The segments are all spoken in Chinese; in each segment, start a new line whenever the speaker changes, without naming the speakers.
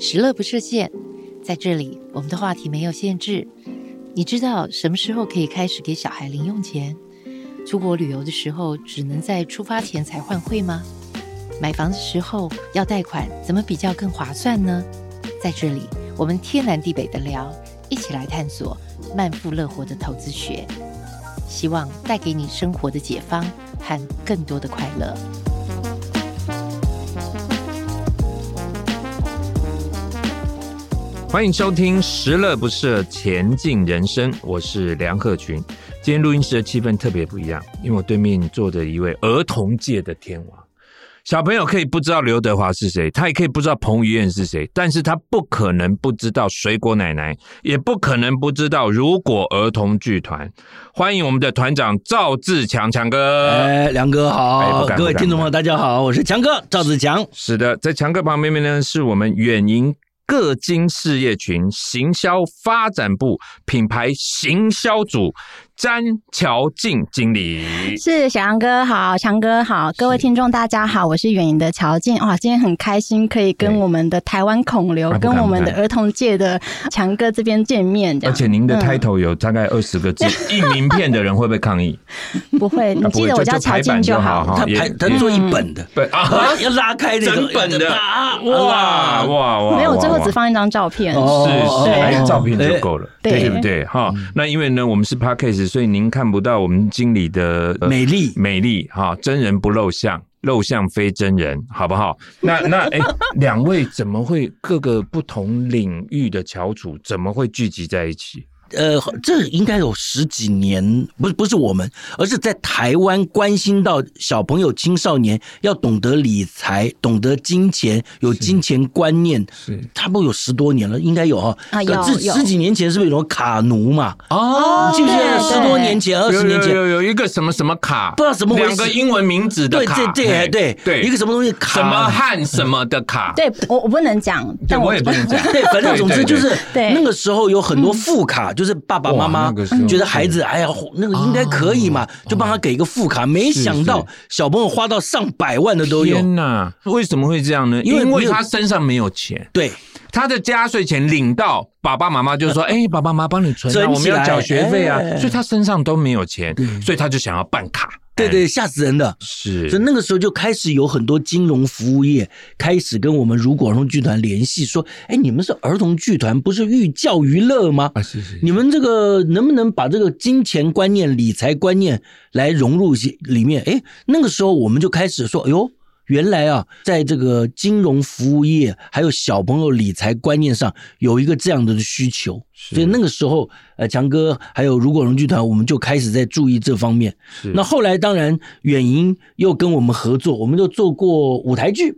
十乐不设限，在这里我们的话题没有限制。你知道什么时候可以开始给小孩零用钱？出国旅游的时候只能在出发前才换汇吗？买房的时候要贷款，怎么比较更划算呢？在这里，我们天南地北的聊，一起来探索慢富乐活的投资学，希望带给你生活的解放和更多的快乐。
欢迎收听《十乐不设前进人生》，我是梁鹤群。今天录音室的气氛特别不一样，因为我对面坐着一位儿童界的天王。小朋友可以不知道刘德华是谁，他也可以不知道彭于晏是谁，但是他不可能不知道水果奶奶，也不可能不知道如果儿童剧团。欢迎我们的团长赵志强强哥。
哎，梁哥
呃哎
好
不，敢
各位
不敢哦
听众朋友大家好，我是强哥赵子强。
是的，在强哥旁边呢，是我们远银各金事业群行销发展部品牌行销组詹乔静经理。
是小杨哥好，强哥好，各位听众大家好，我是远影的乔静。哇，今天很开心可以跟
对
我们的台湾孔刘
啊、不敢
跟我们
不
的
敢
儿童界的强哥这边见面，这
而
样
且您的
嗯
title 有大概二十个字，印名片的人会不会抗议？
不会，你
啊不
记
会
得我
就
叫
就排
乔
版
静
就好
好。
哈
他
也
排他
也
做一本的，
不 啊，
要拉开这个
整本的
啊
哇
哇，
哇哇！
没有，最后
哇
只放一张照片。
哦
是是，
对
还有照片就够了，
对
对不对？哈，那因为呢，我们是 podcast，所以您看不到我们经理的呃
美丽
美丽哈，真人不露相，露相非真人，好不好？那那哎， 两位怎么会各个不同领域的翘楚怎么会聚集在一起？
呃，这应该有十几年，不是不是我们，而是在台湾关心到小朋友、青少年要懂得理财、懂得金钱、有金钱观念，
是
差不多有十多年了，应该有哈。
啊有
这
有
十几年前是不是有卡奴嘛？
哦
你记不记得
对
十多年前、二十年前
有有有有一个什么什么卡，
不知道怎么回事
两个英文名字的
对
卡，
对
嘿
对对
对，
一个什么东西卡
什么汉什么的卡，
对我我不能讲，
对，
但
我也不能讲。
对，反正总之
啊对对对
就是
对
那个时候有很多副卡，就是爸爸妈
哇那
妈
个时候啊
觉得孩子哎呀那个应该可以嘛，就帮他给一个副卡。没想到小朋友花到上百万的都有，
天哪，为什么会这样呢？
因为
因
没
为
有
他身上没有钱，
对，
他的压岁钱领到，爸爸妈妈就说：“哎、爸爸妈妈帮你存啊，
呃存
我们
起来
要缴学费啊。
哎
所以他身上都没有钱，所以他就想要办卡。
对
哎
对，吓死人的。
是
所以那个时候就开始有很多金融服务业开始跟我们如果儿童剧团联系，说：“哎，你们是儿童剧团，不是寓教于乐吗？
啊，是是
你们这个能不能把这个金钱观念、理财观念来融入其里面？哎，那个时候我们就开始说，哎呦，原来啊，在这个金融服务业还有小朋友理财观念上有一个这样的需求，
是
所以那个时候，呃，强哥还有如果荣剧团，我们就开始在注意这方面。
是
那后来当然远银又跟我们合作，我们就做过舞台剧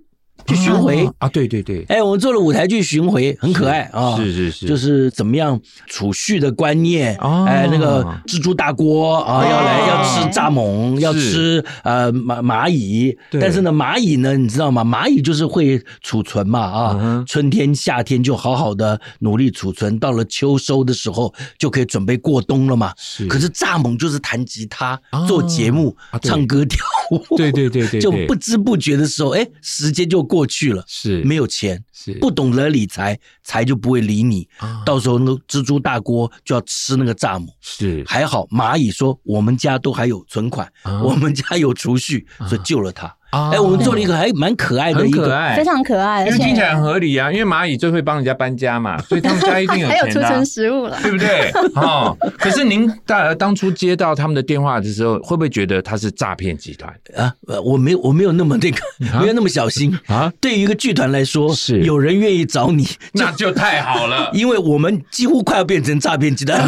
去巡回。
啊啊，对对对，
哎，我们做了舞台剧巡回，很可爱啊！
是是是，
就是怎么样储蓄的观念，
哦
哎，那个蜘蛛大锅啊，
哎
要来要吃蚱蜢，要吃呃蚂蚂蚁，
对
但是呢，蚂蚁呢，你知道吗？蚂蚁就是会储存嘛
嗯
啊
哼，
春天夏天就好好的努力储存，到了秋收的时候就可以准备过冬了嘛。
是
可是蚱蜢就是弹吉他
哦、
做节目
啊、对
唱歌跳舞，
对对对对对
就不知不觉的时候，哎，时间就过去了，
是
没有钱。
是
不懂得理财，财就不会理你。
啊
到时候那个蜘蛛大锅就要吃那个蚱蜢。
是
还好蚂蚁说我们家都还有存款，
啊
我们家有储蓄，所以救了它。
啊哎
哎，我们做了一个还蛮可爱的
很
一
可
个，
爱
非。常可爱，
因
而
为听起
且
来很合理啊，因为蚂蚁就会帮人家搬家嘛，所以他们家一定有
还有储
钱的啊、
存食物了。
对不 对？哦，可是您大当初接到他们的电话的时候，会不会觉得他是诈骗集团
啊，呃我没有我没有那么那个，
啊
没有那么小心。
啊？
对于一个剧团来说，
是
有人愿意找你，
那就太好了。
因为我们几乎快要变成诈骗集 团。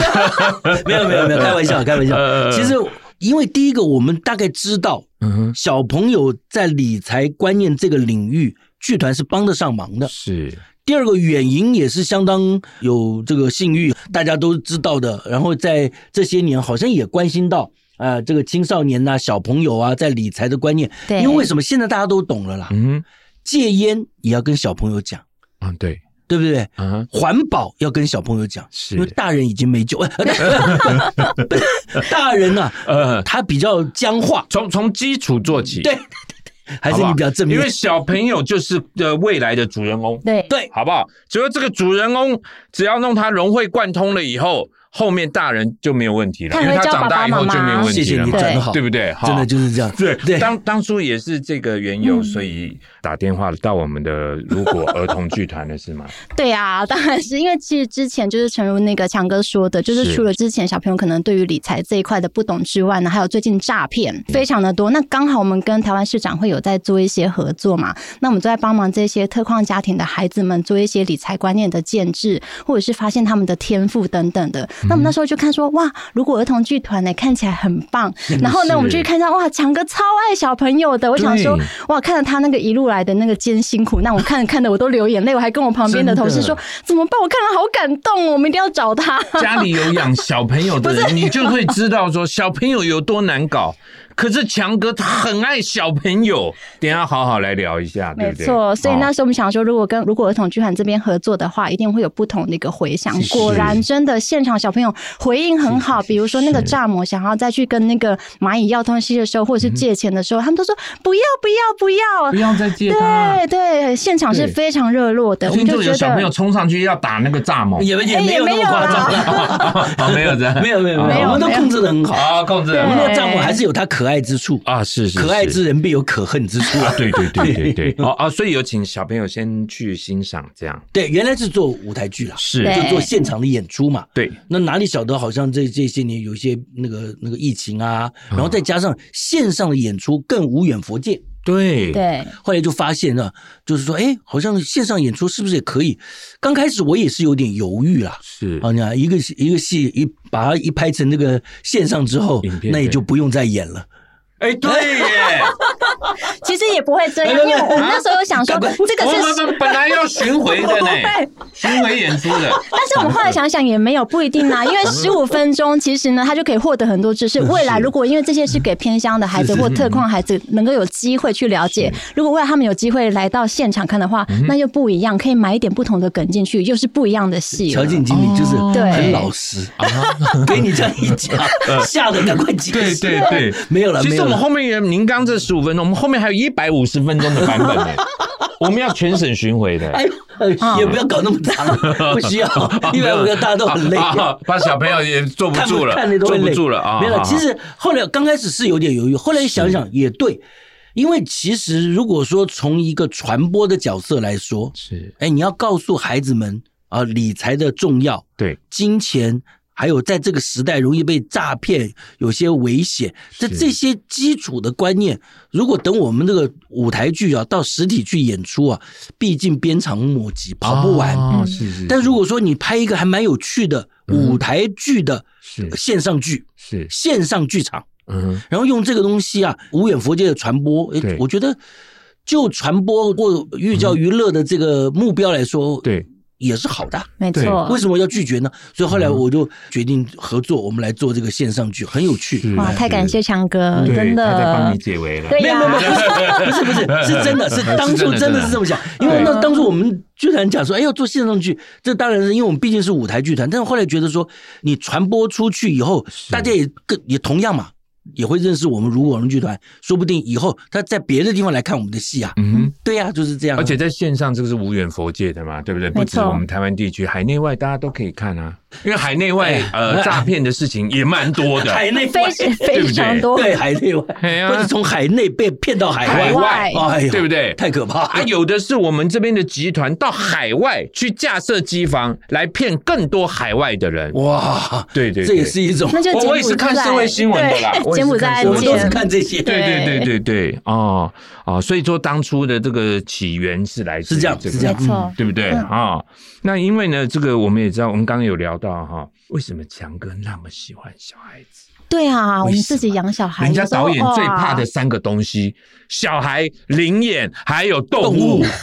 没有没有没有，开玩笑开玩笑
呃。
其实因为第一个，我们大概知道
嗯哼，
小朋友在理财观念这个领域，剧团是帮得上忙的。
是
第二个，远银也是相当有这个信誉，大家都知道的。然后在这些年，好像也关心到啊、呃这个青少年呐、小朋友啊，在理财的观念。
对
因为为什么现在大家都懂了啦？
嗯
戒烟也要跟小朋友讲，
啊，对
对不对？
啊，
环保要跟小朋友讲，
是
因为大人已经没救， 大人呐、啊
呃，
他比较僵化，
从从基础做起，
嗯对，还是你比较正面
因为？小朋友就是呃未来的主人翁，
对
对，
好不好？只要这个主人翁只要弄他融会贯通了以后，后面大人就没有问题了，
看
因为他
会教
长大以后
爸爸妈
就
妈
没有问
谢
题
谢
了
你
嘛，
讲的好，
对不对？哈
真的就是这样。
对
对
当当初也是这个缘由，
嗯
所以打电话到我们的如果儿童剧团的是 吗？
对啊，当然是因为其实之前就是诚如那个强哥说的，就是
是
除了之前小朋友可能对于理财这一块的不懂之外呢，还有最近诈
嗯
骗非常的多。那刚好我们跟台湾市长会有在做一些合作嘛，那我们就在帮忙这些特矿家庭的孩子们做一些理财观念的建制，或者是发现他们的天赋等等
嗯
的。那我们那时候就看说，哇，如果儿童剧团呢看起来很 棒，然后呢我们就看到哇，强哥超爱小朋友的，我想说
对
哇，看到他那个一路来的那个艰辛苦难，我看着看着我都流眼泪，我还跟我旁边的同事
真
说怎么办？我看了好感动哦，我们一定要找他。
家里有养小朋友的人，你就会知道说小朋友有多难搞。可是强哥他很爱小朋 友，等一下好好来聊一下，对
没
不对？
错，所以那
哦
时候我们想说，如果跟如果儿童剧团这边合作的话，一定会有不同的一个回响。
是
果然，真的现场小朋友回应很好，比如说那个蚱蜢想要再去跟那个蚂蚁要东西的时候，或者是借钱的时
嗯
候，他们都说不要不要不
不
要。
要再借他。
对对，现场是
啊对
非常热络的，我
听
们就
说
觉
有小朋友
得
冲上去要打那个蚱蜢，
也也
哎
没有那
也没
么
有
夸张
啦
哦 没有这样，
没有没有
没有
我们都
没有
控制的很好。
好控制
对啊哎
我们那个
对
丈夫还是有他可爱之处，
啊，是是
可爱之人必有可恨之处
啊
啊，。
对对对对对， 哦哦，所以有请小朋友先去欣赏，这样
对，原来是做舞台剧啦，
是
对
就做现场的演出嘛。
对，
那哪里晓得，好像这这些年有一些那个那个疫情啊，
嗯
然后再加上线上的演出更无远佛界，
对
对
后来就发现呢，就是说，哎，好像线上演出是不是也可以？刚开始我也是有点犹豫啦。
是
啊，你看一个戏一个戏一把它一拍成那个线上之后
影，片
那也
对
就不用再演了。
哎对 耶，
其实也不会这样，因为我们那时候想说
赶快
这个
我
是
们本本来要巡回 的呢，巡回演出的，
但是我们后来想想也没有不一 定啦，啊因为十五分钟其实呢，他就可以获得很多知识。未来如果因为这些是给偏乡的孩子或
嗯
特矿孩子能够有机会去了解，如果未来他们有机会来到现场看的话，
嗯
那又不一样，可以买一点不同的梗进去，又是不一样的戏了。
乔静经理就是
哦
很
对
老实，啊 给你这样一讲，吓得赶快解
对
释。
呃对对。
没有了，
其
没
实
有
我们
了。
后面也，您刚这十五分钟，我们后面还有一百五十分钟的版本 呢，我们要全省巡回的。
哎呦，哎也不要搞那 么长，不需要，因为我觉得大家都很累。
啊，啊把小朋友也坐不
看
住了，
看那都
坐
会
不
累
住了啊！
没有了
啊，
其实后来刚开始是有点犹豫，后来想一想也对，因为其实如果说从一个传播的角色来说，
是
哎，你要告诉孩子们啊，理财的重要，
对
金钱，还有在这个时代容易被诈骗，有些危险，在
是
这些基础的观念，如果等我们这个舞台剧啊到实体去演出啊，毕竟鞭长莫及，跑不完。
哦
嗯
是是。
但如果说你拍一个还蛮有趣的
嗯
舞台剧的
是
线上剧，
是
线上剧场，
嗯
然后用这个东西啊，无远佛界的传播，诶
对嗯
我觉得就传播或寓教于乐的这个目标来说，
对，
也是好的啊。
没错
为，什么要拒绝呢？所以后
嗯
来我就决定合作，我们来做这个线上剧，很有趣。哎
哇，太感谢强
呃
哥，
对
真
他在帮
的
你，解围了。
对呀，
不是不是， 是真的是当初真的是这么想，因为那当初我们居然讲说，哎，要做线上剧，这当然是因为我们毕竟是舞台剧团，但是后来觉得说，你传播出去以后，大家也更也同样嘛，也会认识我们如果我们剧团，说不定以后他在别的地方来看我们的戏啊，
嗯
对呀、就是这样啊、
而且在线上这个是无远佛界的嘛，对不对？
没错
不止我们台湾地区，海内外大家都可以看啊。因为海内外
哎
呃诈骗的事情也蛮多 的，
海内外
非非常多，
对海内外，
哎呀
或者从海内被骗到海
海
外，
外
哎呦
对不对？
太可怕了
啊，有的是我们这边的集团到海外去架设机房，来骗更多海外的人。
哇！
对对对
这也是一种，
那就
我我也是
柬埔寨
看社会新闻的啦
对
我也是
柬埔寨
看
案
社会
我们
新
都
闻
是
件，
看这些，
对对对
对
对对，哦哦，所以说当初的这个起源是来自
是这样
于个
是这样嗯
没错，
对不对啊、哦那因为呢，这个我们也知道，我们刚刚有聊到哈、为什么强哥那么喜欢小孩子？
对啊，我
为
们
什么
自己养小孩，
嗯人家
有时候
导演最怕
哇
的三个东西：小孩、灵眼还有动
动
物
物。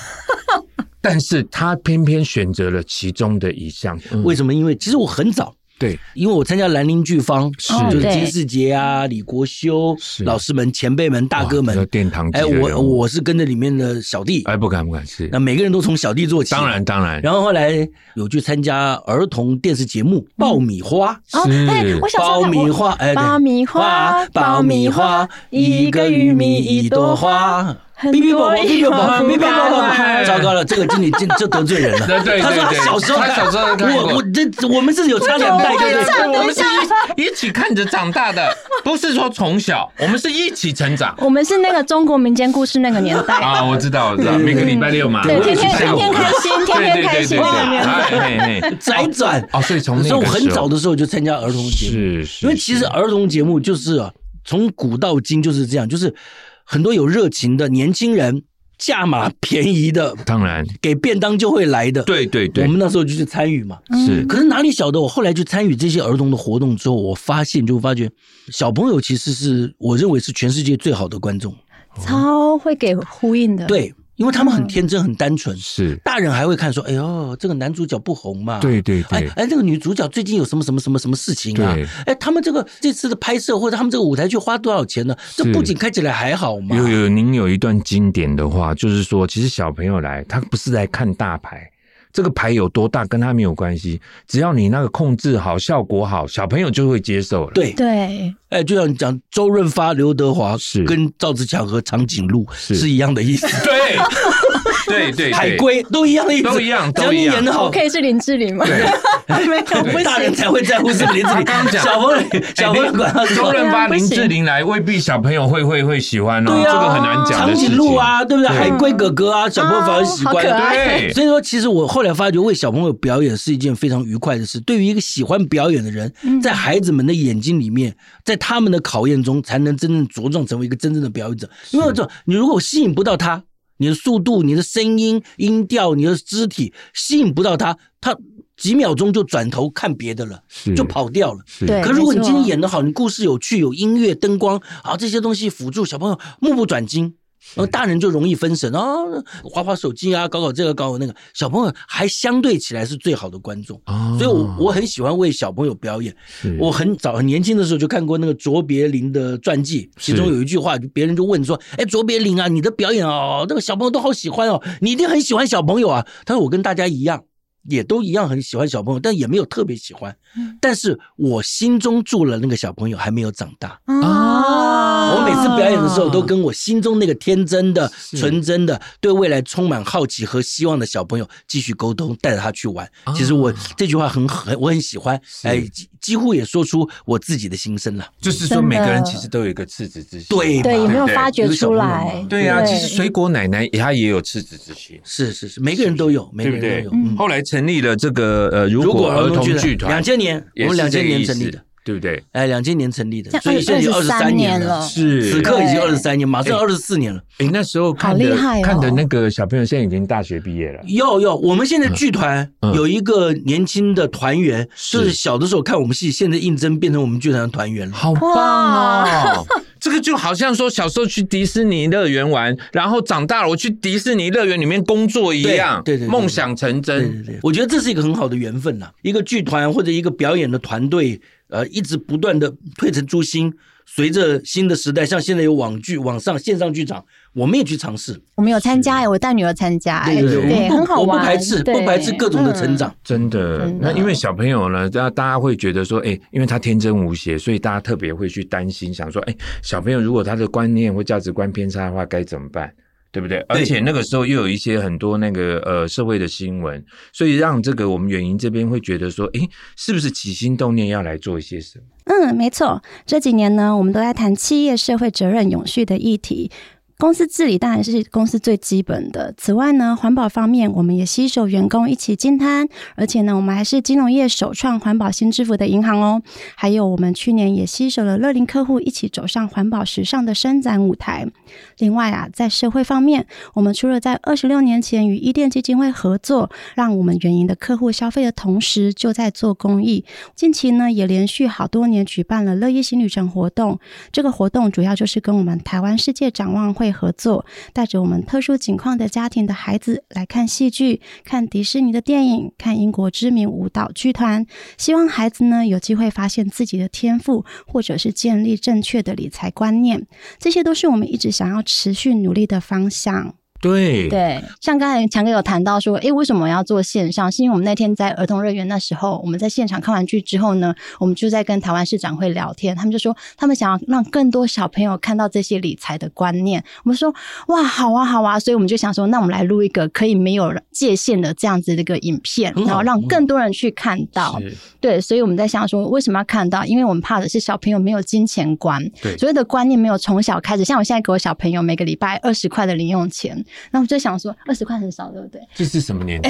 但是他偏偏选择了其中的一项，嗯
为什么？因为其实我很早，
对
因为我参加兰陵剧坊，
是
就是
哦对
金世杰啊、李国修
是
老师们、前辈们、大哥
哇这个
们，
殿堂级
哎，
的人
我
物
我是跟着里面的小弟，
哎不敢不敢是
那，每个人都从小弟做起，啊
当然。当然，
然后后来有去参加儿童电视节目《爆米花》，
哦，哎，我想
爆
说，
米花，哎，对
爆米花，
爆米花，一个玉米一朵花。哔哔宝宝，
很
哔
多
哔宝宝，
有
哔哔宝
哎
宝，糟糕了，这个经理这这得罪人了。
对对对
他说他
对
小时候
他
看，
小时候看过
我我这我们是有差两代，
对对
对不对
对，我们是一一起看着长大 的，不是说从小，我们是一起成长。
我们是那个中国民间故事那个年 代，
啊，我知道，我知道，每个礼拜六嘛，
嗯对
我也去
天天
泰国
天天开心
对对对
天天开心
对对
的
对
年
哎嘿嘿
辗转。
哦，所以从那
所以我
个
很
时候
早的时候就参加儿童节目，
是是，
因为其实
是
儿童节目就是啊从古到今就是这样，就是很多有热情的年轻人，价码便宜的，
当然，
给便当就会来的。，
对对对，
我们那时候就去参与嘛。
嗯
是
可是哪里晓得，我后来去参与这些儿童的活动之后，我发现就发觉，小朋友其实是我认为是全世界最好的观众，
超会给呼应的。，
对，因为他们很天真、很单纯。
是，
大人还会看说，哎呦，这个男主角不红嘛？
对对
哎
对，
哎，这个女主角最近有什么什么什么什么事情啊
对？
哎，他们这个这次的拍摄或者他们这个舞台剧花多少钱呢？这
是
布景看起来还好嘛？
有有，您有一段经典的话，就是说，其实小朋友来，他不是来看大牌，这个牌有多大跟他没有关系，只要你那个控制好，效果好，小朋友就会接受了。，
对，
对，
哎，就像你讲周润发、刘德华
是
跟赵自强和长颈鹿
是
是一样的意思，
对，对对，
海龟都一样的意思，
都一样
只要
都一
你
样
演的好
我。可以是林志玲 吗？没有，不
哦大人
行。
才会在乎是林志玲，
刚讲 哎
小朋友，小朋友管他什
周
么？
润发、
不
林
行
志玲来，未必小朋友会会会喜欢哦，
对啊
这个很难讲
长
的事情。
颈鹿，啊，对不对？
对
海龟哥哥啊，小朋友反而喜欢。
哦好可爱
对，
所以说，其实我后来发觉，为小朋友表演是一件非常愉快的事。对于一个喜欢表演的人，
嗯
在孩子们的眼睛里面，在他们的考验中，才能真正茁壮成为一个真正的表演者。因为这，你如果吸引不到他，你的速度、你的声音、音调、你的肢体吸引不到他，他几秒钟就转头看别的了，
是
就跑掉了。
是
对
可如果你
没错
今天演得好，你故事有趣，有音乐、灯光啊这些东西辅助，小朋友目不转睛。然后大人就容易分神啊，划划手机啊，搞搞这个，搞搞那个。小朋友还相对起来是最好的观众，
哦
所以我我很喜欢为小朋友表演。
是
我很早很年轻的时候就看过那个卓别林的传记，其中有一句话，就别人就问说：“哎，卓别林啊，你的表演哦，那个小朋友都好喜欢哦，你一定很喜欢小朋友啊。”他说：“我跟大家一样，也都一样很喜欢小朋友，但也没有特别喜欢。但是我心中住了那个小朋友，还没有长大。
啊
我每次表演的时候，都跟我心中那个天真的、
是
纯真的、对未来充满好奇和希望的小朋友继续沟通，带着他去玩。其实我这句话很很我很喜欢，哎，几几乎也说出我自己的心声了。
就是说，
真的
每个人其实都有一个赤子之心嘛，
对
对，有没有
不
发掘出来？
对
啊
呀、
对
其实水果奶奶她也有赤子之心，
是是是，每个人都有，每
对
个
不
人都
对
有。？
嗯
后来成立了这个呃，如果儿童剧团，
两千年，我
也
们
是
两
这
千
个
年
意思
成立的，，
对不对？
哎，两千年成立的，
像
所以现在二十
23
三
年
了
了。
是
此刻已经二十
对
三年，马上二十四年了。
哎，那时候看的、
好厉害哦
看的那个小朋友，现在已经大学毕业了，
要要，我们现在剧团
嗯
有一个年轻的团员，
是
就是小的时候看我们戏，现在应征变成我们剧团的团员了。
好棒 哦！这个就好像说小时候去迪士尼乐园玩，然后长大了我去迪士尼乐园里面工作一样，
对对对对
梦想成
对
真
对，对，我觉得这是一个很好的缘分呐、一个剧团或者一个表演的团队，呃，一直不断的推陈出新。随着新的时代，像现在有网剧、网上线上剧场，我们也去尝试。
我们有参加哎，我带女儿参加哎，
对我们不
很好
我
玩，
不排斥，
对
不排斥各种的成长。。
真的
真，的
那因为小朋友呢，大大家会觉得说，哎、因为他天真无邪，所以大家特别会去担心，想说，哎、小朋友如果他的观念或价值观偏差的话，该怎么办？对不对？而且那个时候又有一些很多那个呃社会的新闻，所以让这个我们远银这边会觉得说，哎，是不是起心动念要来做一些什么？
嗯，没错，这几年呢，我们都在谈企业社会责任永续的议题。公司治理当然是公司最基本的。此外呢，环保方面，我们也携手员工一起进摊，而且呢，我们还是金融业首创环保新支付的银行哦。还有，我们去年也携手了乐龄客户一起走上环保时尚的伸展舞台。另外啊，在社会方面，我们除了在二十六年前与伊甸基金会合作，让我们原营的客户消费的同时，就在做公益，近期呢，也连续好多年举办了乐业新旅程活动。这个活动主要就是跟我们台湾世界展望会合作，带着我们特殊情况的家庭的孩子来看戏剧、看迪士尼的电影、看英国知名舞蹈剧团，希望孩子呢有机会发现自己的天赋，或者是建立正确的理财观念。这些都是我们一直想要持续努力的方向。
对，
对，像刚才强哥有谈到说，诶，为什么要做线上？是因为我们那天在儿童乐园那时候，我们在现场看完剧之后呢，我们就在跟台湾市长会聊天，他们就说他们想要让更多小朋友看到这些理财的观念。我们说哇，好啊，好啊，所以我们就想说，那我们来录一个可以没有界限的这样子的一个影片，
很好嗯
然后让更多人去看到。
是
对，所以我们在想说，为什么要看到？因为我们怕的是小朋友没有金钱观，
对
所谓的观念没有从小开始。像我现在给我小朋友每个礼拜二十块的零用钱，那我就想说，二十块很少，对不对？
这是什么年 代？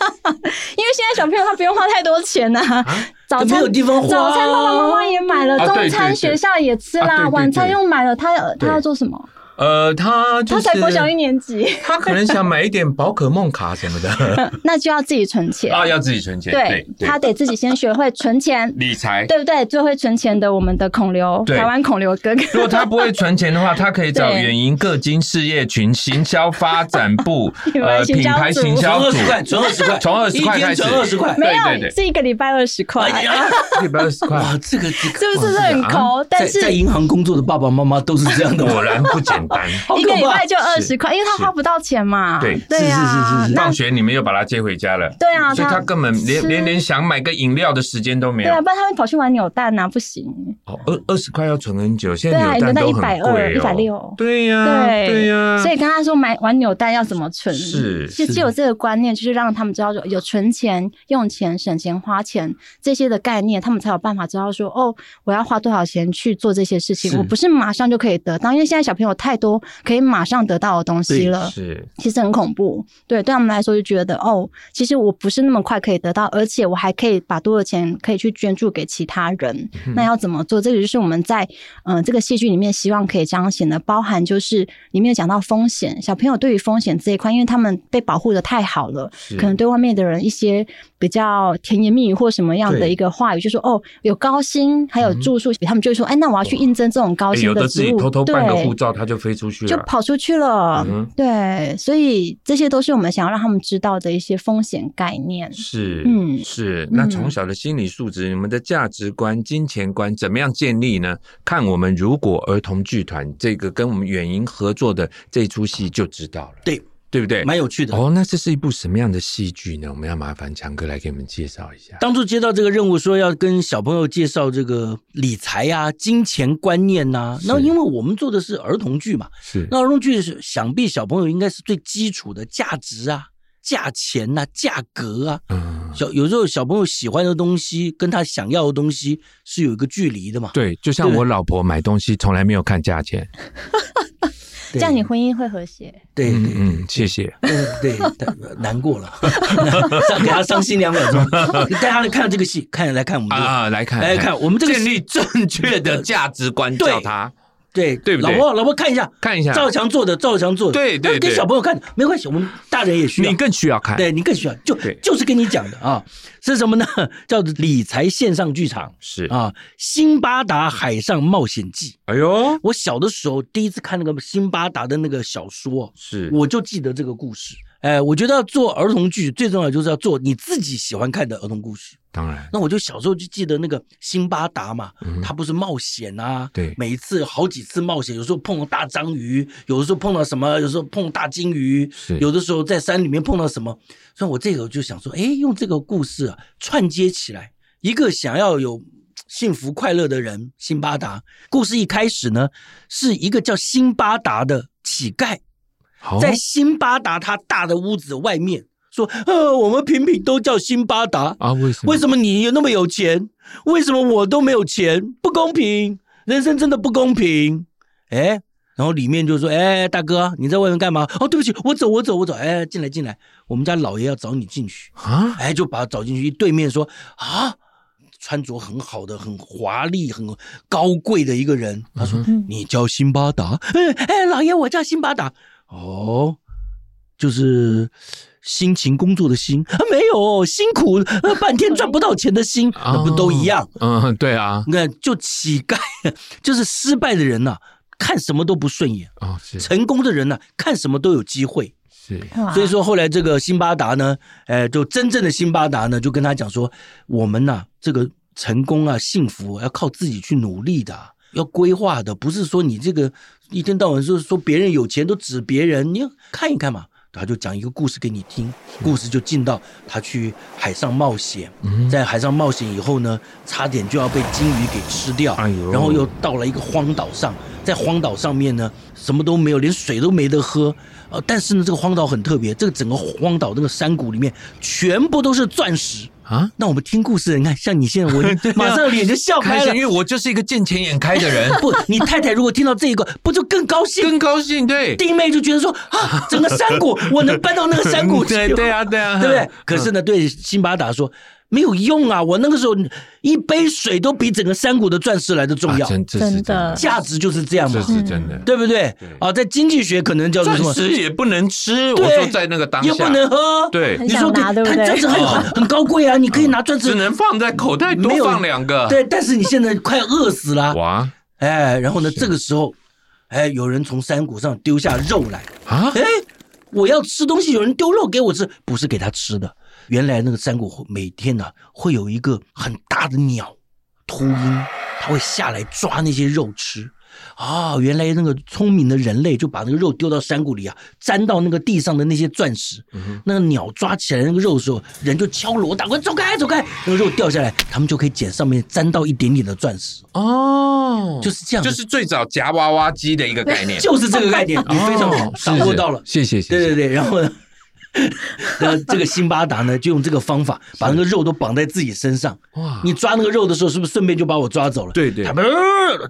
因为现在小朋友他不用花太多钱 呐、啊，早
没
餐
有。地方花，
早餐爸爸妈妈也买了，
啊对
中
对
餐
对
学校也吃啦，
啊对对
晚餐
对
又买了。他他
对
要做什么？
呃，他就是
他才国小一年 级，
他可能想买一点宝可梦卡什么 的
那就要自己存钱。
啊，要自己存钱。
对，
对，
他得自己先学会存钱，
理财。
对不对？最会存钱的我们的孔刘，
对
台湾孔刘哥哥。
如果他不会存钱的话，他可以找
对
远银各金事业群行销发展 部
品牌
呃
行
品
销
牌
组
行
存
销
二
组
十块，存二十 块，
从20块
一天
开始
存二十块。
没有，
对啊对对
是一个礼拜二十块，
哎呀，
一百二十块，
哇，这个这个
是不
哇
是
这
很
啊
抠？但
在在
是。
银行工作的爸爸妈妈都是 这样的，
果
我
然不简 单。
好
一
可
个礼
怕
拜。就二十块，因为他
是
花不到钱嘛。
对
对啊，
是是是是是
那
放学你们又把他接回家了，
对啊，
所以他根本连
是
连连想买个饮料的时间都没
对
有
啊，。不然他会跑去玩扭蛋呐，不行。
哦二二十块要存很久，现
对啊
在扭蛋都
扭
很
蛋
贵哦，
120
对呀，
对
对呀，
所以跟他说买玩扭蛋要怎么存，
是
就是只有这个观念，就是让他们知道说有存钱、用钱、省钱、花钱这些的概念，他们才有办法知道说哦，我要花多少钱去做这些事情，
是
我不是马上就可以得到，因为现在小朋友太多可以马上得到的东西
对
了。
是
其实很恐怖，对，对他们来说就觉得哦，其实我不是那么快可以得到，而且我还可以把多的钱可以去捐助给其他人。
嗯
那要怎么做？这个就是我们在呃这个戏剧里面希望可以彰显的，包含就是里面有讲到风险，小朋友对于风险这一块，因为他们被保护的太好了，
是
可能对外面的人一些比较甜言蜜语或什么样的
对嗯
一个话语，就说哦有高薪，还有住宿，他们就会说哎，那我要去应征这种高
哎
薪
有的自
职
己
务，
偷偷办个
对
护照，他就飞出去
就
了。
跑出去了。
嗯哼
对，所以这些都是我们想要让他们知道的一些风险概念。
是，
嗯
是。那
嗯
从小的心理素质、你们的价值观、金钱观怎么样建立呢？看我们如果儿童剧团这个跟我们远银合作的这一出戏就知道了，
对，
对不对？
蛮有趣的。
哦，那这是一部什么样的戏剧呢？我们要麻烦强哥来给我们介绍一下。
当初接到这个任务，说要跟小朋友介绍这个理财啊、金钱观念呐、
是
那因为我们做的是儿童剧嘛，
是
那儿童剧是想必小朋友应该是最基础的价值啊、价钱呐、价格啊。
嗯，
小有时候小朋友喜欢的东西跟他想要的东西是有一个距离的嘛。
对，就像
对
我老婆买东西从来没有看价钱。
这样你婚姻会和谐。
对
嗯
对
嗯，谢谢。
对对，但难过了， 让给他伤心两秒钟，带他来看这个戏，看来看我们这个
啊，来看
来看我们这个
建立正确 的价值观，
对
叫他
对
对不对
老婆，老婆看一下，
看一下，
赵强做的，赵强做的，
对对
那给
对
小朋友看没关系，我们大人也需要
你。更需要看。
对你更需要，就
对
就是跟你讲的啊，是什么呢？ 叫理财线上剧场
是，
啊，《辛巴达海上冒险记》。
哎呦，
我小的时候第一次看那个辛巴达的那个小说，
是
我就记得这个故事。哎，我觉得要做儿童剧最重要就是要做你自己喜欢看的儿童故事。
当然
那我就小时候就记得那个辛巴达嘛
嗯，
他不是冒险啊，
对
每一次好几次冒险，有时候碰到大章鱼，有的时候碰到什么，有时候碰到大金鱼
是，
有的时候在山里面碰到什么，所以我这个就想说，哎，用这个故事啊串接起来，一个想要有。幸福快乐的人，辛巴达。故事一开始呢，是一个叫辛巴达的乞丐，
好
在辛巴达他大的屋子外面说：“呃，我们平平都叫辛巴达，
啊，为什么？
为什么你有那么有钱？为什么我都没有钱？不公平，人生真的不公平。哎，然后里面就说：“哎，大哥，你在外面干嘛？哦，对不起，我走，我走，我走。哎，进来，进来，我们家老爷要找你进去。
啊？
哎，就把他找进去。对面说啊，穿着很好的、很华丽、很高贵的一个人，他说：“你叫辛巴达？”哎哎，老爷，我叫辛巴达。哦，就是辛勤工作的辛啊，没有辛苦、呃、半天赚不到钱的辛，
哦
那不都一样？
嗯，对啊，
你看，就乞丐，就是失败的人呐、看什么都不顺眼；
哦，是
成功的人呐、看什么都有机会。
是，
所以说后来这个辛巴达呢，呃，就真正的辛巴达呢，就跟他讲说，我们呐、这个成功啊、幸福要靠自己去努力的啊、要规划的，不是说你这个一天到晚说说别人有钱都指别人，你要看一看嘛。他就讲一个故事给你听，
嗯
故事就进到他去海上冒险，
嗯
在海上冒险以后呢，差点就要被鲸鱼给吃掉，
哎呦
然后又到了一个荒岛上，在荒岛上面呢，什么都没有，连水都没得喝。呃，但是呢，这个荒岛很特别，这个整个荒岛那个山谷里面全部都是钻石。
啊，
那我们听故事，你看像你现在，我 马上脸就笑
开
开
心，
了
因。为我就是一个见钱眼开的 人，
不，你太太如果听到这一个，不就更高兴？
更高兴，对，
弟妹就觉得说啊，整个山谷我能搬到那个 山谷去，
对对啊，对啊，
对不对？可是呢，对辛巴达说没有用啊，我那个时候一杯水都比整个山谷的钻石来的重要
啊，真这是
真的
价值就是这样
这
嘛，
是真的。
对不对
对？
啊，在经济学可能叫做
钻
什么？
石也不能吃，我
对
说在那个当下
也不能喝，。
对
很，
你说
想拿
可
对不
它
对
钻石很
哦
很高贵啊，你可以拿钻
只
石，
能放在口袋多
没有
放两个。
对，但是你现在快饿死了，
啊哇
哎，然后呢，
是
这个时候，哎，有人从山谷上丢下肉来，
啊，
哎，我要吃东西，有人丢肉给我吃，不是给他吃的。原来那个山谷每天呢、会有一个很大的鸟，秃鹰，它会下来抓那些肉吃。啊，原来那个聪明的人类就把那个肉丢到山谷里啊，沾到那个地上的那些钻石。
嗯
那个鸟抓起来那个肉的时候，人就敲锣打鼓，走开走开，那个肉掉下来，他们就可以捡上面沾到一点点的钻石，
哦，
就是这样
就
的，
是最早夹娃娃机的一个概念。
就是这个概念，你非常好
哦是
掌握到了。
谢谢，谢谢
对对对，然后呢， 呃，这个辛巴达呢就用这个方法把那个肉都绑在自己身上。
哇，
你抓那个肉的时候，是不是顺便就把我抓走了？
啊对对
他们呃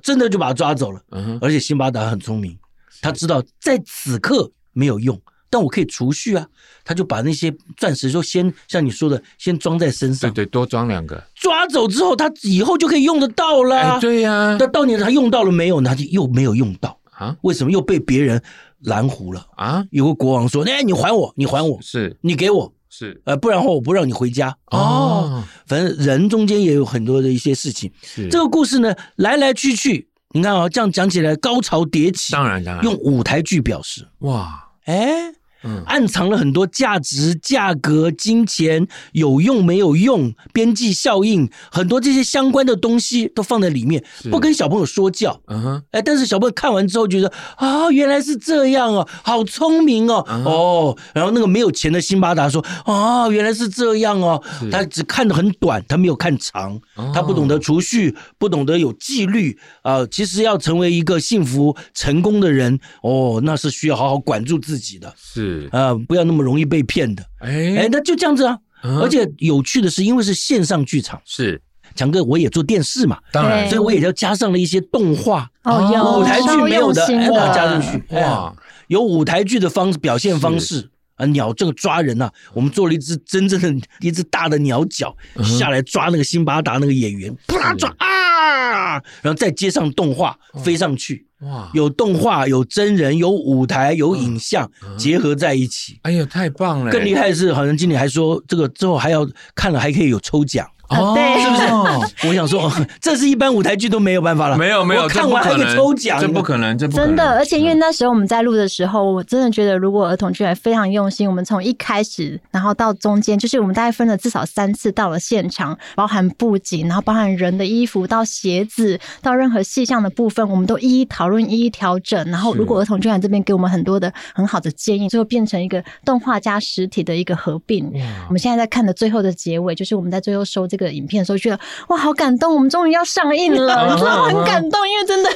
真的就把他抓走了。
嗯哼
而且辛巴达很聪明，他知道在此刻没有用，但我可以储蓄啊。他就把那些钻石就先像你说的，先装在身
对
上，
对，多装两个。
抓走之后，他以后就可以用得到了啊。
哎，对呀
那，到底他用到了没有呢？他就又没有用到，
啊
为什么又被别人拦胡了？
啊，
有个国王说：“哎，你还我，你还我，
是
你给我，
是
呃，不然的话我不让你回家。”
哦，
反正人中间也有很多的一些事情。
是
这个故事呢，来来去去，你看啊、这样讲起来高潮迭起，
当然当然
用舞台剧表示，
哇，
哎，
嗯
暗藏了很多价值、价格、金钱有用没有用、边际效应，很多这些相关的东西都放在里面
是，
不跟小朋友说教。
嗯哼，
哎，但是小朋友看完之后觉得啊，原来是这样哦，好聪明哦，
啊
哦，然后那个没有钱的辛巴达说啊，原来是这样哦
是，
他只看得很短，他没有看长，
哦
他不懂得储蓄，不懂得有纪律啊、其实要成为一个幸福成功的人，哦，那是需要好好管住自己的，
是
啊、不要那么容易被骗的。哎
哎，，
那就这样子啊。
嗯
而且有趣的是，因为是线上剧场，
是
强哥我也做电视嘛，
当然
对
所以我也要加上了一些动画。
哦，有
舞台剧没有的，
超用
哎，
心
把它加进去，
嗯
哇
哇，，
有舞台剧的方表现方式啊，鸟正抓人呐、我们做了一只真正的一只大的鸟脚
嗯
下来抓那个辛巴达那个演员，扑啦抓啊，然后再接上动画
嗯
飞上去，
哇，
有动画，有真人，有舞台，有影像结合在一起。
嗯哎呦，太棒了，
更厉害的是，好像经理还说这个之后还要看了还可以有抽奖。
哦，
对
是不是？
我想说，这是一般舞台剧都没有办法 了。
没有没有，
我
这
看
不
完还
可
可以
能，
抽奖，
这不可能，这不可能啊
真的，而且因为那时候我们在录的时候，我真的觉得，如果儿童剧还非常用心，我们从一开始，然后到中间，就是我们大概分了至少三次到了现场，包含布景，然后包含人的衣服，到鞋子，到任何细项的部分，我们都一一讨论，一一调整。然后，
是
如果儿童剧团这边给我们很多的很好的建议，最后变成一个动画加实体的一个合并。
嗯
我们现在在看的最后的结尾，就是我们在最后收这个影片的时候，觉得哇，好感动，我们终于要上映
嗯
了，你知道吗很感动，因为真的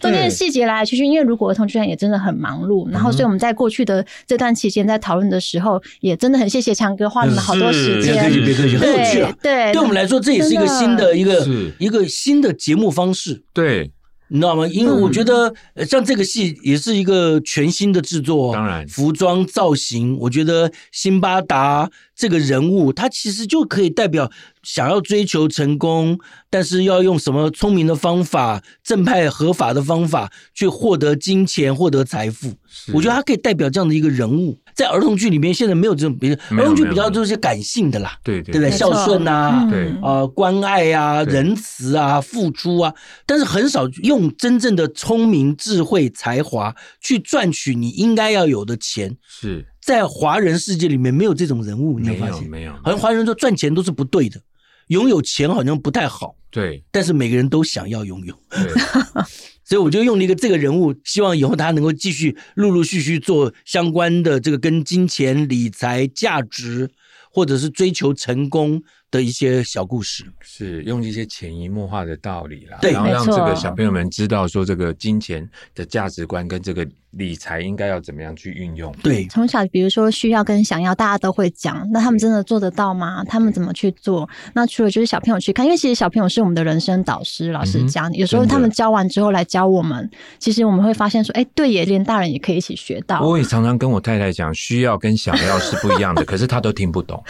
中间的细节来来去去，因为如果儿童剧团也真的很忙碌，然后
嗯
所以我们在过去的这段期间在讨论的时候，也真的很谢谢强哥花你们好多时
别客气，
间，
别客气，很有趣啊
对。对，
对我们来说，这也是一个新的一个
是
一个新的节目方式，
对，
你知道吗？因为
嗯
我觉得呃像这个戏也是一个全新的制作哦，
当然
服装造型，我觉得辛巴达这个人物，他其实就可以代表想要追求成功，但是要用什么聪明的方法、正派合法的方法去获得金钱、获得财富。
啊
我觉得他可以代表这样的一个人物，在儿童剧里面现在没有这种，比如
没有
儿童剧比
没有
较就是感性的啦，
对
对
对
不
没
对？
错
孝顺啊，
对
嗯
啊、关爱啊、
对
仁慈啊、付出啊，但是很少用真正的聪明、智慧、才华去赚取你应该要有的钱。
是
在华人世界里面，没有这种人物，你
没
有发
有
现？
没有，
好像华人说赚钱都是不对的，拥有钱好像不太好，
对
但是每个人都想要拥有，
对，
所以我就用了一个这个人物，希望以后他能够继续陆陆续续做相关的这个跟金钱、理财、价值，或者是追求成功的一些小故事。
是用一些潜移默化的道理啦，
对
然后让这
没
个
错
小朋友们知道说这个金钱的价值观跟这个理财应该要怎么样去运用。
对，
从小，比如说需要跟想要，大家都会讲，那他们真的做得到
嗯
吗？他们怎么去做？那除了就是小朋友去看，因为其实小朋友是我们的人生导师，老
嗯
师讲，有时候
真的
他们教完之后来教我们，其实我们会发现说，哎，对耶，连大人也可以一起学到，
我也常常跟我太太讲，需要跟想要是不一样 的，可是她都听不懂。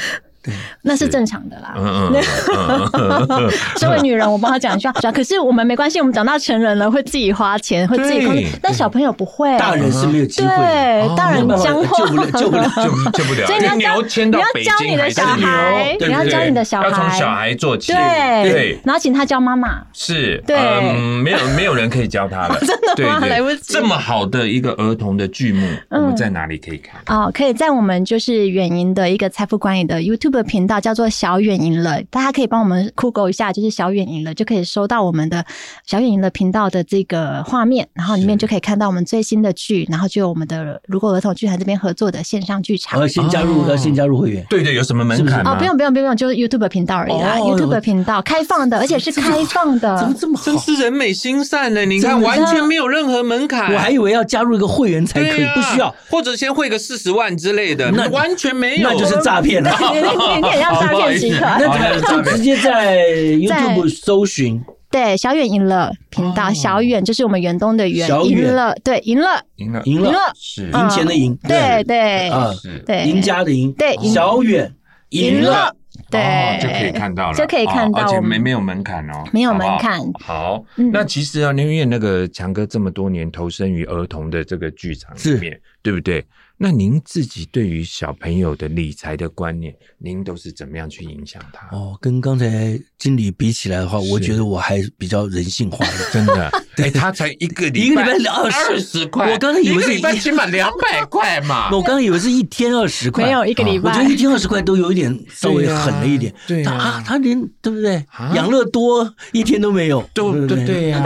那是正常的啦。
嗯嗯嗯嗯嗯，
身为女人，我帮她讲一下，可是我们没关系，我们长大成人了，会自己花钱，会自己控制
对，
但小朋友不会，
大人是没有机会的，
哎对
哦
大人
没有办法
僵化，
救不了，救不了。
就就不了。
所以你要
因为
教
牛迁到
你要
北
教你
京
的
还是
小
牛
孩
对
你
不
要
对
教你的小
要从
孩
小孩做起。
对
对，
然后请他教妈妈。
是，
对
嗯，没有没有人可以教他 了，真的吗？对对
来不及
这么好的一个儿童的剧目，我
嗯
们在哪里可以看？
哦，可以在我们就是远银的一个财富管理的 YouTube 频道叫做小远银了，大家可以帮我们酷狗一下，就是小远银了，就可以收到我们的小远银了频道的这个画面，然后里面就可以看到我们最新的剧，然后就有我们的如果儿童剧团这边合作的线上剧
然
场。
后先加入，
哦
要先加入会员。
对对，有什么门槛
啊
吗？
哦，不用不用不用，就是 YouTube 频道而已啦、
哦
y o u t u b e 频道开放的，而且是开放
啊
怎
的
么，这么好
真？是人美心善呢！你
真
看，
的
完全没有任何门槛。
我还以为要加入一个会员才可
对
以，
啊
不需要，，
或者先汇个四十万之类的，
那
完全没有，
那 就是诈 骗了。
你你你也要诈骗集团。
那
好
他
好
就直接在
在
YouTube 搜寻
对，小远赢了频道，
哦
小远就是我们远东的远
小，远
赢了，对，赢了，
赢了，
赢
赢
了
了
是
赢钱的赢，
对嗯对
啊，
是，
对，
赢家的赢，
对赢
小远赢了，
哦
对，
就可以看到了，
就可以看到
哦而且
我们
没
嗯
没有门槛哦，
没有
好不好
门槛
好
嗯，
那其实啊，因为那个强哥这么多年投身于儿童的这个剧场里面，对不对？那您自己对于小朋友的理财的观念，您都是怎么样去影响他？
哦，跟刚才经理比起来的话，
是
我觉得我还比较人性化 一点。
真的，哎，他才一个
一
礼
个
拜
礼拜两
二
十，
十块。
我刚才以为
一个
是
礼拜起码两百块 嘛。
我刚刚以为是一天二十块，
没有一个礼
我
拜
觉得一天二十块都有一点稍微狠了一点。
对
他
啊
啊，他连对不对
啊？
养乐多一天都没有，
对
不
对对呀、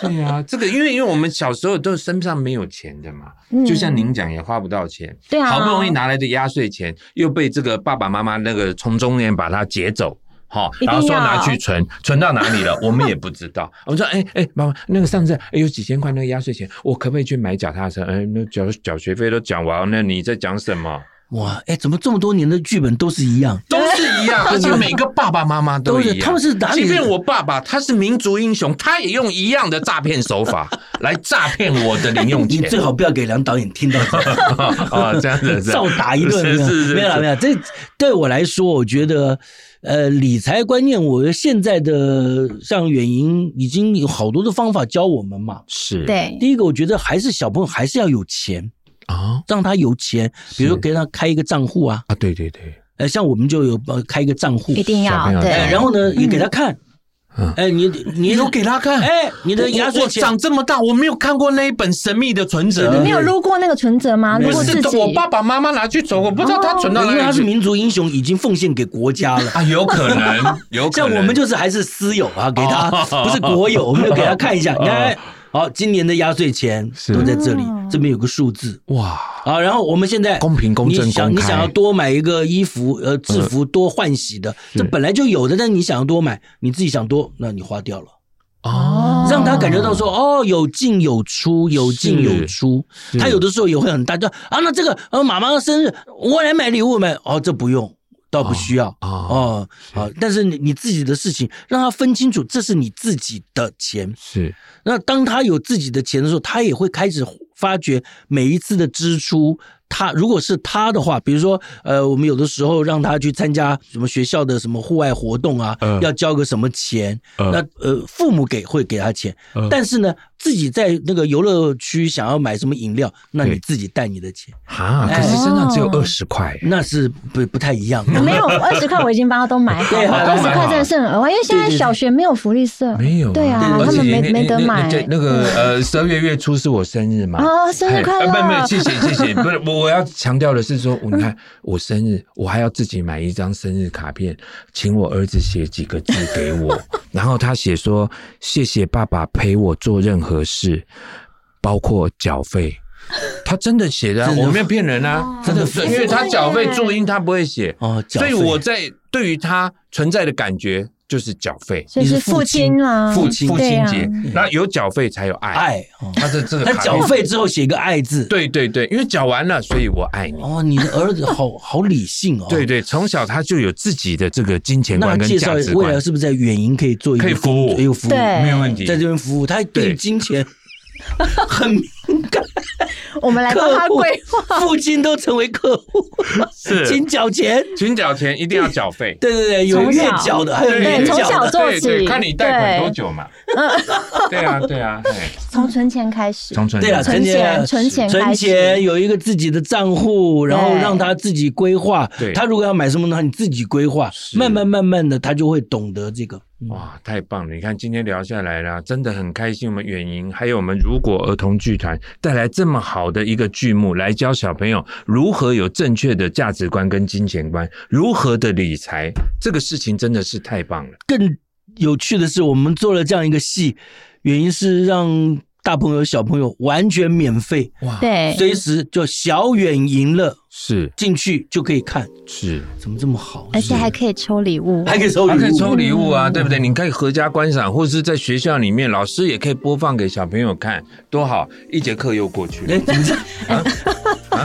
对呀、这个因为因为我们小时候都身上没有钱的嘛，
嗯
就像您讲也花不到钱，
对啊
好不容易拿来的压岁钱又被这个爸爸妈妈那个从中间把它劫走。好，
一定
然后说
要
拿去存，存到哪里了， 我们也不知道。我们说，哎哎，妈妈，那个上次、哎有几千块那个压岁钱，我可不可以去买脚踏车？哎，那缴缴学费都讲完，那你在讲什么？
哇，哎，怎么这么多年的剧本都是一样？
都是一样，而且每个爸爸妈妈都
都
一
是
样。
他们是哪里
即便我爸爸他是民族英雄，他也用一样的诈骗手法 来诈骗我的零用
你
钱。
最好不要给梁导演听 到，
啊，这样子，这样
照打一顿。
是是是，
没有啦没有啦，这对我来说，我觉得，呃，理财观念，我现在的像远银已经有好多的方法教我们嘛。
是，
对，
第一个，我觉得还是小朋友还是要有钱，
啊
让他有钱，比如说给他开一个账户啊，
啊，对对对，
呃，像我们就有呃开一个账户
一，定
小
要
朋友
对
这
哎，
样。
然后呢也给他看
嗯，
哎，你你
有给他看
哎你的压
我
岁
我
钱
长这么大，我没有看过那一本《神秘的存折
对对》
没有撸过那个存折吗？撸
不
过自
是
己，
我爸爸妈妈拿去存，我不知道他存到哪
哦因为他
里
是
去。
民族英雄，已经奉献给国 家了。
啊，有可能，有可
像
能。
我们就是还是私有啊，给他
哦
不是 国有，我们就给他看一下。你看，哎好，今年的压岁钱
是
都在这里
哦，
这边有个数字
哇，
啊。然后我们现在
嗯公平公正
你想
公
你
开嗯
想要多买一个衣服，呃，制服多换洗的，这本来就有的，但你想要多买，你自己想多，那你花掉了，
哦
让他感觉到说，哦，有进有出，有进有出。
是
他有的时候也会很大，就啊，那这个呃，妈妈生日，我来买礼物买，哦，这不用，倒不需要。
哦，
哦，好，但是你你自己的事情，让他分清楚，这是你自己的钱。
是
那当他有自己的钱的时候，他也会开始发觉每一次的支出。他如果是他的话，比如说，呃，我们有的时候让他去参加什么学校的什么户外活动啊，
嗯
要交个什么钱，
嗯
那呃，父母给会给他钱，
嗯
但是呢，自己在那个游乐区想要买什么饮料，那你
对
自己带你的钱，
啊，可
哎
是身上只
哦
有二十块，
那是不不太一样
嗯
的。
没有二十块，我已经帮他都买好
对
了，
啊
二
都
十
买好
块真的是很额外，因为现在
对对对
小学没有福利社，
没有啊，
对啊，
对
他
而
们
且
没
那
没得
那那
买
对那个呃，十二月月初是我生日嘛，
哦，生日
嘿
快
呃
乐！
没有没有，谢谢谢谢，不是我我要强调的是说，哦我你看我生日，我还要自己买一张生日卡片，请我儿子写几个字给 我，然后他写说谢谢爸爸陪我做任何事，包括缴 费。他真的写的、啊，
真的哦
我没有骗人啊，
真的
是因为他缴费注音他不会写，
哦，缴
所以
费
我在对于他存在的感觉就是缴费。
所以
你
是
是父
父
亲
亲啦，
父亲父
对
亲
啊
节，那有缴费才有爱。，
爱，哦
他的这个
他
卡
缴
片
费之后写个爱字，，
对对对，因为缴完了，所以我爱你。
哦，你的儿子好好理性哦，
对。对，从小他就有自己的这个金钱
那
观跟
介
价
绍
值
未
观
来，是不是在远银可以做一个
可以服务
一个服务，
对
没有问题。
在这边服务，他对
对
金钱很敏感，
我们来帮
客
他
户
规划。
父亲都成为客户，
是
请缴钱。
请缴钱一定要缴费。
对对对，有
从
月
小
缴的，还有
对
年
从
缴
小
的，
做
对
起
对，看你贷款多久嘛。对啊，对啊，嘿
从存钱开始，
从存
对了，
钱
存
钱
钱存钱
存
开
钱
始，
有一个自己的账户，然后让他自己规划。
对
他如果要买什么的话，你自己规划，慢慢慢慢的，他就会懂得这个。
哇，太棒了！你看今天聊下来啦，真的很开心。我们远银还有我们如果儿童剧团带来这么好的一个剧目，来教小朋友如何有正确的价值观跟金钱观，如何的理财，这个事情真的是太棒了。
有趣的是，我们做了这样一个戏，原因是让大朋友小朋友完全免费，
哇，
对，
随时就小远赢了
是
进去就可以看，
是，
怎么这么好？
而且还可以抽礼物，
还可以抽
还
礼
可以
物，
抽礼物啊，对不对？你可以合家观赏，或者是在学校里面，老师也可以播放给小朋友看，多好！一节课又过去了
哎，。怎么这？啊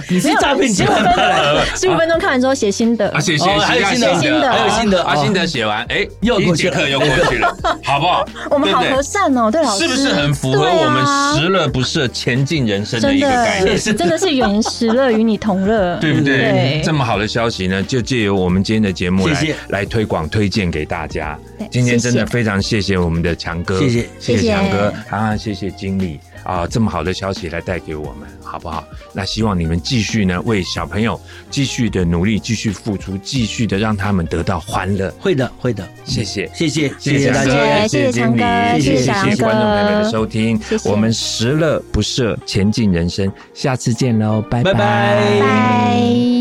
你是诈骗集
十五
团
分
派来的？
钟，十五分钟看完之后写心得
啊，，写写
哦还有
写
新
的还有
新的
阿
哦
新德写完，哎，
又
一
过去
节
了
课又过去了，好不 好？
我们好
对不对
和善哦，对老师
是不是很符合
对啊
我们时乐不设前进人生的一个概念？
真的真的 是原始乐与你同乐，
对不对
对？
这么好的消息呢，就借由我们今天的节目来
谢谢
来推广推荐给大家
对。
今天真的
谢谢
非常谢谢我们的强哥，
谢谢
谢
谢
谢
强哥啊，谢谢经理啊，这么好的消息来带给我们，好不好？那希望你们继续呢，为小朋友继续的努力，继续付出，继续的让他们得到欢乐。
会的，会的，
谢谢。
谢谢，谢谢大
强哥
家。
谢谢
经理
强哥
谢
谢
谢
谢强哥
观众朋友们的收听，
谢谢
我们时乐不设前进人生，下次见喽，拜
拜拜
拜。